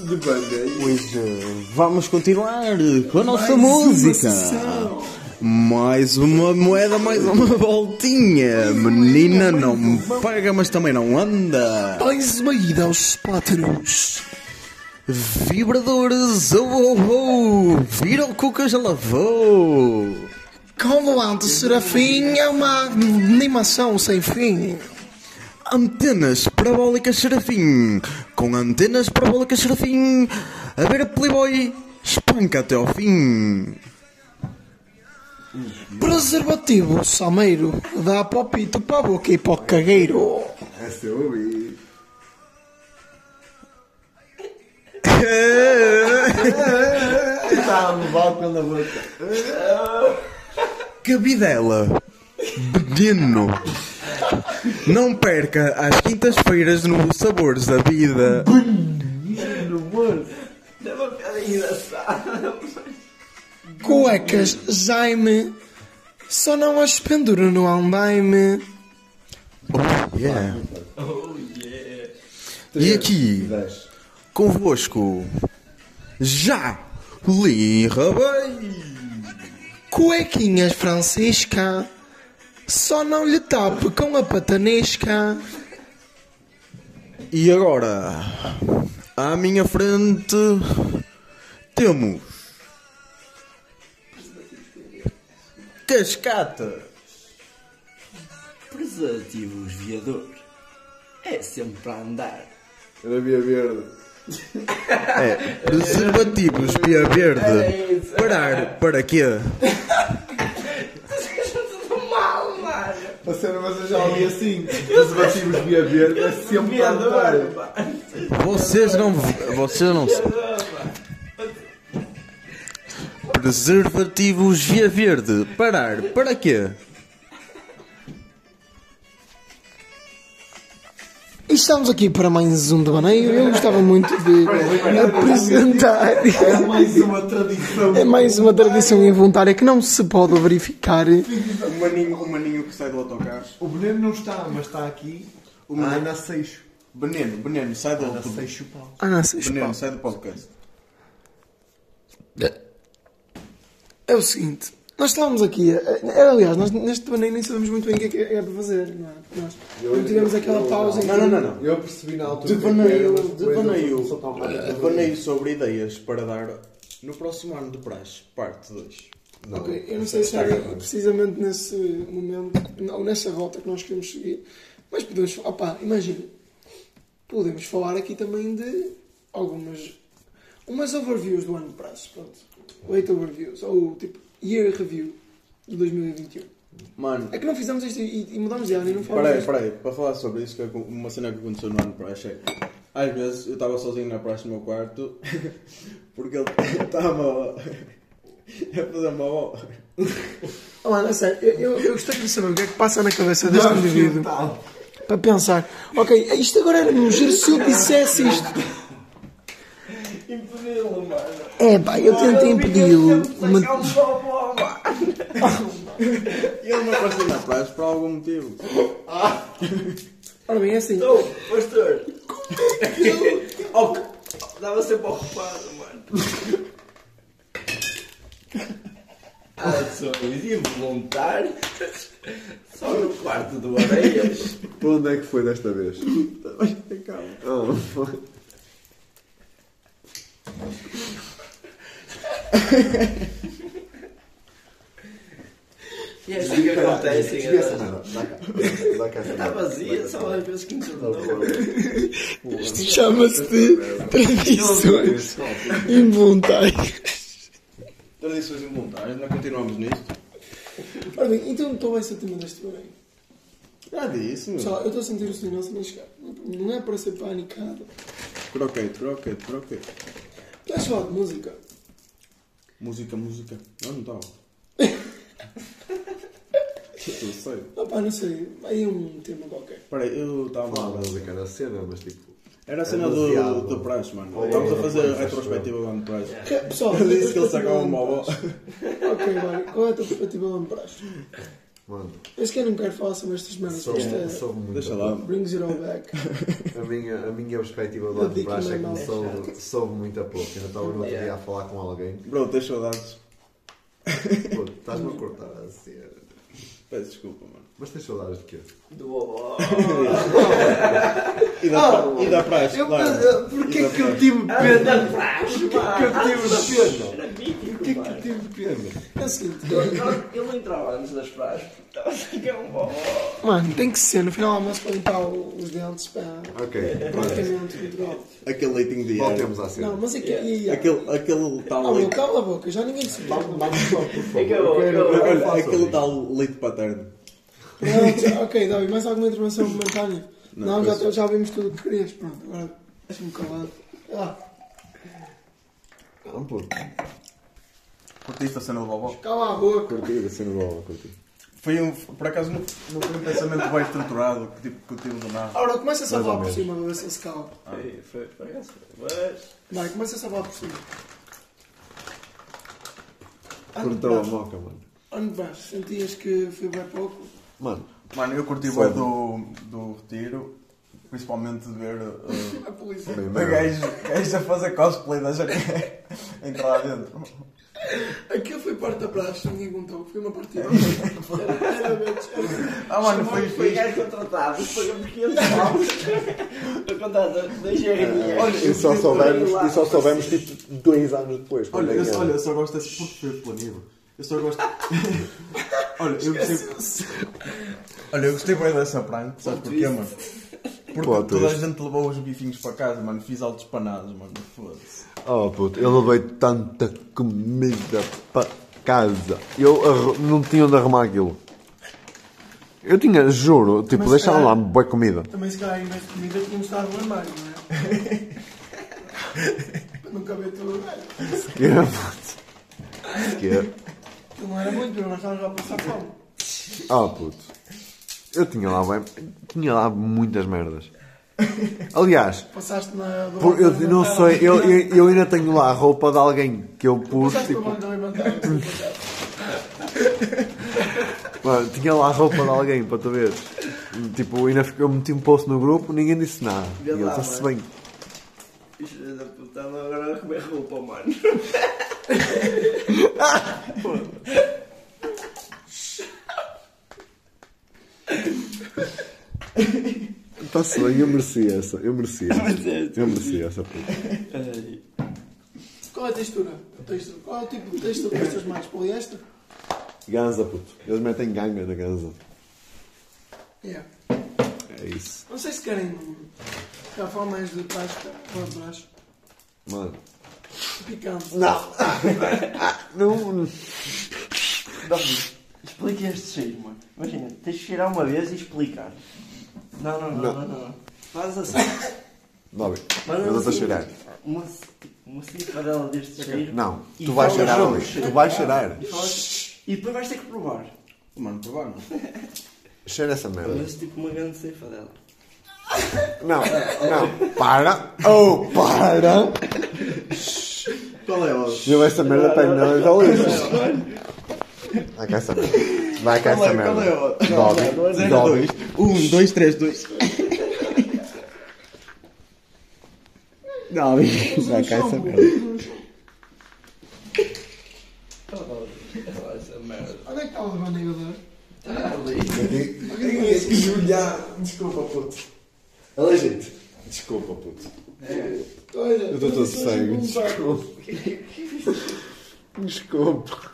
De banda. Pois é, vamos continuar com a nossa Mais uma música. sessão. mais uma moeda, mais uma voltinha. Menina não me paga, mas também não anda. Mais uma ida aos plátanos. Vibradores, oh oh oh, vira o cu que eu já lavou. Como Alto Serafim é uma animação sem fim. Antenas parabólicas serafim, com antenas parabólicas serafim, a ver a Playboy, espanca até ao fim. Preservativo salmeiro dá para o pito, para a boca e para o cagueiro. Essa eu ouvi. Estava no balcão pela boca. Cabidela. Menino. Não perca às quintas-feiras no Sabores da Vida. Cuecas Jaime, só não as pendura no andaime. Oh, Yeah. E aqui, Dez. convosco, já li Rabei. Cuequinhas Francisca, só não lhe tape com a patanesca. E agora, à minha frente, temos. Cascata. Preservativos viador. É sempre para andar. Era via verde. É, preservativos Bia Verde. Parar para quê? A cena, mas eu já ouvi assim. Preservativos via verde. É sempre a andar. Vocês não. Vocês não. Preservativos Via Verde. Parar para quê? E estamos aqui para mais um devaneio. Eu gostava muito de apresentar. É mais uma tradição. É mais uma tradição involuntária que não se pode verificar. Um maninho, um maninho que sai do autocarro. O veneno não está, mas está aqui. Ah. O Ana Seixo. Veneno, veneno, sai do autocarro. Seixo pau. Ah, seis Veneno, pau. sai do podcast. É o seguinte. Nós estávamos aqui, eh, aliás, nós neste devaneio nem sabemos muito bem o que é que é para fazer, não é? Nós não tivemos aquela pausa em que- não. Eu percebi na altura. Devaneio, que era, mas depois eu devaneio, só estava a- devaneio sobre ideias para dar no próximo ano de praxe, parte 2. Ok, eu não sei se era precisamente nesse momento, ou nessa rota que nós queremos seguir, mas podemos, opá, imagina, podemos falar aqui também de algumas, umas overviews do ano de prazo, pronto, late overviews, ou tipo, year review de 2021. Mano, É que não fizemos isto e, e mudamos de ano e não falamos peraí, disto. peraí. Para falar sobre isso, que é uma cena que aconteceu no ano para achei. Às vezes eu estava sozinho na praxe do meu quarto porque ele estava a fazer uma obra. Oh, mano, a sério, eu, eu, eu gostaria de saber o que é que passa na cabeça deste indivíduo para pensar, ok, isto agora era meu giro se eu dissesse isto. É pá, eu tentei impedi-lo. mas- E ele não apareceu na praxe por algum motivo. Ora bem, é assim. Pastor! oh, dava sempre ocupado, mano. Ações involuntárias só no quarto do Areias. Para onde é que foi desta vez? Oh. Calma. E é assim que acontecem. Esquece é- nada. Dá cá. Dá cá essa Está merda. vazia, só às vezes que interrompeu. Isto chama-se de tradições involuntárias. Tradições involuntárias, não continuamos nisto. Ora bem, então qual vai ser o tema deste bem? Já disse, meu. Pessoal, eu estou a sentir o Sr. Nelson a chegar. Não é para ser panicado. Croquete, croquete, croquete. Queres falar de música? Música, música. Não, não estava. eu sei. Ah pá, não sei. Aí é um tema qualquer. Peraí, eu estava Não, mal. mas aquela cena, mas tipo. Era a cena do, do Price, mano. Estamos a fazer a retrospectiva lá no Price. Que- Pessoal, Ele disse que ele eu- eu- sacava um móvel. Ok, vai. Qual é a tua perspectiva lá no braço? Mano, Eu sequer não quero falar sobre estas merdas. soube, porque isto soube muito. Deixa lá. é- Brings it all back. A minha, a minha perspectiva do lado de digo baixo é que não é me mau. soube, soube muito a pouco. Ainda estava no outro dia a falar com alguém. Bro, tens saudades. Pô, estás-me a cortar assim. Peço desculpa, mano. Mas tens saudades de quê? Do vovó. E da, e da praxe, Ah, Eu, claro. Porquê que eu tive pena? Ah, Praxe, Ah, Porquê que eu tive pena? Era Porquê mítico, que mano. eu tive pena? É o seguinte, Ele não- ele não entrava antes das praxes, porque estava a ficar um vovó. mano, tem que ser. No final do almoço, para limpar o- os dentes para Ok, o pronto. tratamento natural. Aquele leitinho de erva. Voltemos à cena. Não, mas é que. e- Aquele, aquele Ah, tal meu, leite. cala a boca, já ninguém se importa. um Acabou, Eu quero- acabou. Olha, faço aquele isso. tal leite paterno. Não, ok, Davi, mais alguma intervenção momentânea? Não, Não, já, é. pois- já vimos tudo o que querias. Pronto, agora deixa-me calado. Ah, Não, pô. Curtiste a cena do vovó? cala a boca. Curti a cena do Alba, curti. Foi um, por acaso, não, não foi um pensamento bem estruturado que, tipo, que eu tive do nada. Ora, começa só a Mais falar ou por menos. cima, ver se ele se cala. Foi, foi, foi. Mas. Vai, começa só a falar por cima. Ano de Cortou a baixo, moca, mano. ano de baixo, sentias que foi bem pouco? Mano, Mano, eu curti Foi. bem do, do retiro, principalmente de ver uh, A polícia. bem, mano. gajos gajos a fazer cosplay da janeiro. Entrar lá dentro. Aquilo foi parte da praxe, ninguém contou. Foi uma partida. É. Era, era, era, Ah, mano, Foi foi um fixe. gajo contratado, pagamos 500 paus. Foi contratado, deixei a minha. E Ah, só soubemos, e só soubemos tipo dois anos depois. Olha, quando é que eu, era. olha, eu só gosto desse porque foi planeiro. Eu só gosto. olha, eu gostei. olha, eu gostei bem dessa prank, sabes porquê, mano? Porque Pô, toda a twist. gente levou os bifinhos para casa, mano. Fiz altos panados, mano. Foda-se. Oh puto, eu levei tanta comida para casa. Eu arru- não tinha onde arrumar aquilo. Eu tinha, juro, tipo, Mas, deixaram ah, lá boa comida. Também se calhar em vez de comida tínhamos estado no armário, não é? Para não caber tudo. Sequer, puto. Sequer. Aquilo não era muito, mas nós estávamos lá a passar fome. Oh puto. Eu tinha lá, bem- tinha lá muitas merdas. Aliás, Passaste na. do por- eu banco não alimentar. sei, eu, eu, eu ainda tenho lá a roupa de alguém que eu pus, Passaste no tipo, banco alimentar. Mano, tinha lá a roupa de alguém para tu ver. Tipo, ainda fiquei- eu meti um post no grupo, ninguém disse nada. E Vê eu lá, disse mano. bem. Filha da puta, anda agora a comer roupa, mano. Está-se bem, Tá eu mereci essa, eu mereci essa. Eu mereci essa puta. Qual é a textura? A textura? Qual é o tipo de textura que gostas mais? Poliéster? Ganza, puto. Eles metem ganga na ganza. É. É isso. Não sei se querem. Já falar mais de pasta, ou de braço. Mano. Picante. Não! Não. Explica este cheiro, mano. Imagina, tens de cheirar uma vez e explicar. Não, não, não, não, não. Faz assim. Não, bem. Mas eu estou a assim, cheirar. Uma, uma cintarela deste cheiro. Não, E tu vais falas cheirar, sobre o ali. cheiro. Tu vais cheirar. E, falas, e depois vais ter que provar. Mano, provar, não. Cheira essa merda. Mas tipo uma grande ceifadela. Não, não. Para! Oh, para! Qual é o. Eu essa merda Tá tenho nada de olhos. Vai cá essa merda. Vai cá essa merda. Dobby. Dobby. Um, dois, três, dois. Dobby. é Vai cá essa merda. Essa merda. Onde é que está o bandeirador? é Desculpa, puto. Olha, gente. Desculpa, puto. Olha, Eu estou todo as pessoas cego. vão comprar. Desculpa. tá Desculpa.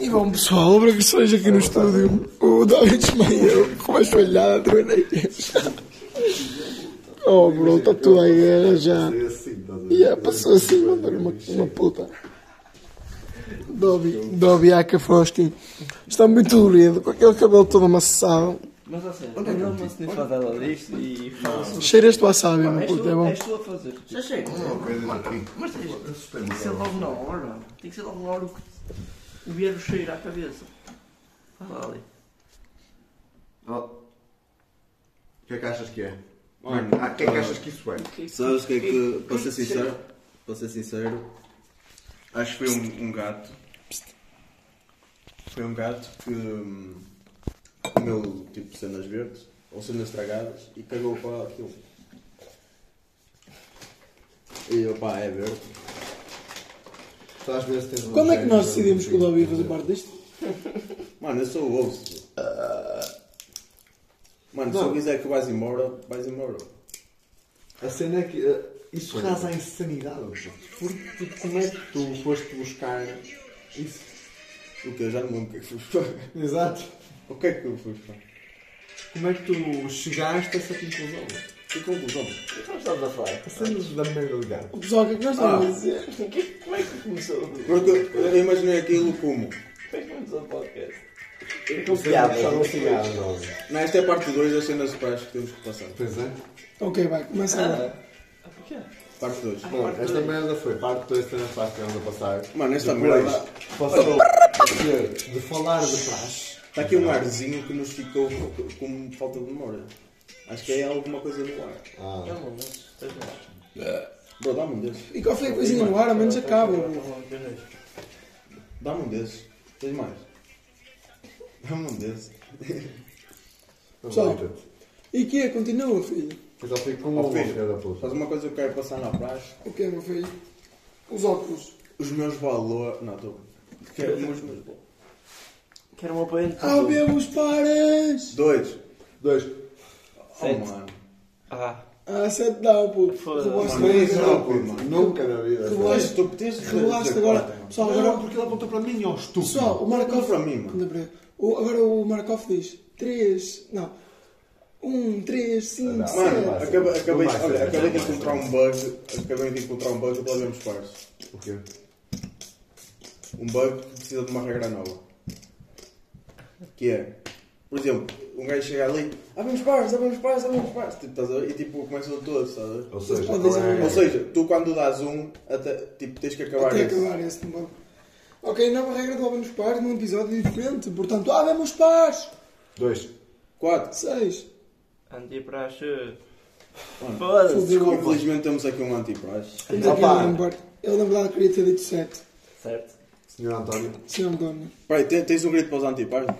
E bom pessoal, obrigações aqui no estúdio. O David desmaiou, começo a olhar, treinei. Oh bro, está tudo aí guerra já. tá E yeah, passou assim, mandou-lhe uma, uma puta. Dobby, Dobby Akafroski. Está muito dolorido, com aquele cabelo todo amassado. Mas a sério, anda uma ceifadela disto e falas. Cheiras-te wasabi, meu És puto, é tu, bom. és tu a fazer. Já chega. Mas tens, é tem é que ser logo na hora. Tem que ser logo na hora o que te vier o cheiro à cabeça. Fala ali. Oh. O que é que achas que é? Mano, Ah, o que é que achas que isso é? Sabes o que é que, para ser sincero, para ser sincero, acho que foi um, um gato. Foi um gato que hum, comeu tipo cenas verdes ou cenas estragadas e cagou para aquilo. E eu, pá, é verde. Tu às vezes tens um Quando é que género nós de- decidimos que o Davi ia fazer parte disto? Mano, eu sou o osso. Mano, se eu quiser que vais embora, vais embora. A cena é que. eh, isso rasa a insanidade, hoje. Porque tu- como é que tu foste buscar isso? O que eu já não lembro o que é que fui para. Exato. O que é que eu fui para? Como é que tu chegaste a essa conclusão? Que conclusão? O que nós estamos a falar? A cena da merda do gato. O pessoal, o que é que nós estamos a dizer? Como é que começou? Porque eu, eu imaginei aquilo como. Como é que começou o podcast? piadas, Só não cigarro, não. Não, esta é a parte 2 das cenas de praxe que temos que passar. Pois é. Ok, vai, começa agora. Ah, porquê? Parte 2. Bom, esta merda foi parte da cena faz que estamos a passar. Mano, esta Depois, merda. Passou a ser de falar de praxe. Está aqui um arzinho que nos ficou com falta de memória. Acho que é alguma coisa no ar. Ah, É um momento. Estás bem? Bro, dá-me um desses. E qual foi a coisinha no ar? Ao menos acaba. Dá-me um desses. Tens mais? Dá-me um desses. Tchau. Aproveita-te. E que é? continua, filho. Eu só fico com Ó, uma filho, filha da puta. Faz uma coisa que eu quero passar na praxe. O que é, meu filho? Os óculos. Os meus valores. Não, estou. Quero os meus valores. Quero um apoio de Ah, meus pares! Dois. Dois. Oh, Sete. mano. Ah, Ah, sete dá, puto. Foda-se. Reboste Mano, agora. isso não, puto, mano. Nunca na vida. Relaxa. Mas tu É, podes Relaxa agora. Pessoal, Não, agora... porque ele apontou para mim, ó estúpido. Pessoal, o Marcou Markov... para mim, mano. Anda para aí. O- Agora o Markov diz 3... Não. 1, 3, 5, Mano, 7... vai. acabei, acabei, Não vai ser, olha, não acabei de vai ser. encontrar um bug. Acabei de encontrar um bug e problemas pares. O quê? Um bug que precisa de uma regra nova. Que é, por exemplo, um gajo chega ali, abrimos pares, abrimos pares, abrimos pares. Tipo, estás a ver? E tipo, começam todos, estás a ver? Ou seja, Pode qual dizer é- Ou seja, tu quando dás um, até, tipo, tens que acabar Até esse. acabar esse também. Ok, nova regra do Abemos Pares num episódio diferente. Portanto, ah, Abemos Pares! dois. Quatro. 6. andei para a chuva. Mano, Foda-se. Desculpa. Infelizmente temos aqui um anti-praxe. Temos aqui Opa. o number. Então, Eu na verdade queria ter dito 7. Certo. Senhor António. Senhor António. Peraí, te- tens um grito para os anti-praxe?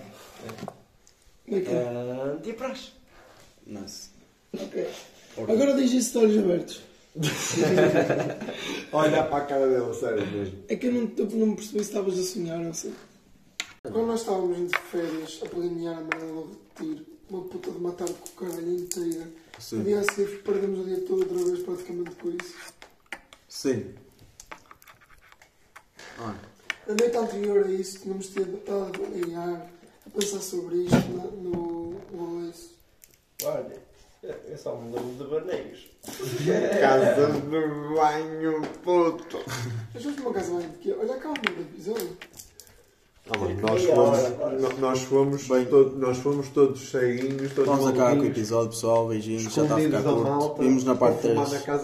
Como é que é? Andei para a chuva. Nice. Ok. É. Ok. Agora diz isso de olhos abertos. Olha para a cara dele, sério mesmo. É que eu não, eu não percebi se estavas a sonhar ou assim. Quando nós estávamos de férias a planear a merda do retiro, uma puta de matar com o caralho inteira, Sim. no dia a seguir perdemos o dia todo outra vez praticamente com isso. Sim. Ah, Na noite anterior a isso, tínhamos tido estado a planear, a pensar sobre isto na- no, no Oasis. Olha, eu só me lembro de baneiros. Casa de banho, puto. Mas vamos para uma casa bem pequena. Olha cá o número do episódio. Ah, mano, nós fomos, no- nós fomos, todo- nós fomos todos ceguinhos, todos Vamos acabar com o maluquinhos, episódio, pessoal. Beijinhos. Já está a escondidos ficar da curto. malta. Vimos na parte confirmar na 3. casa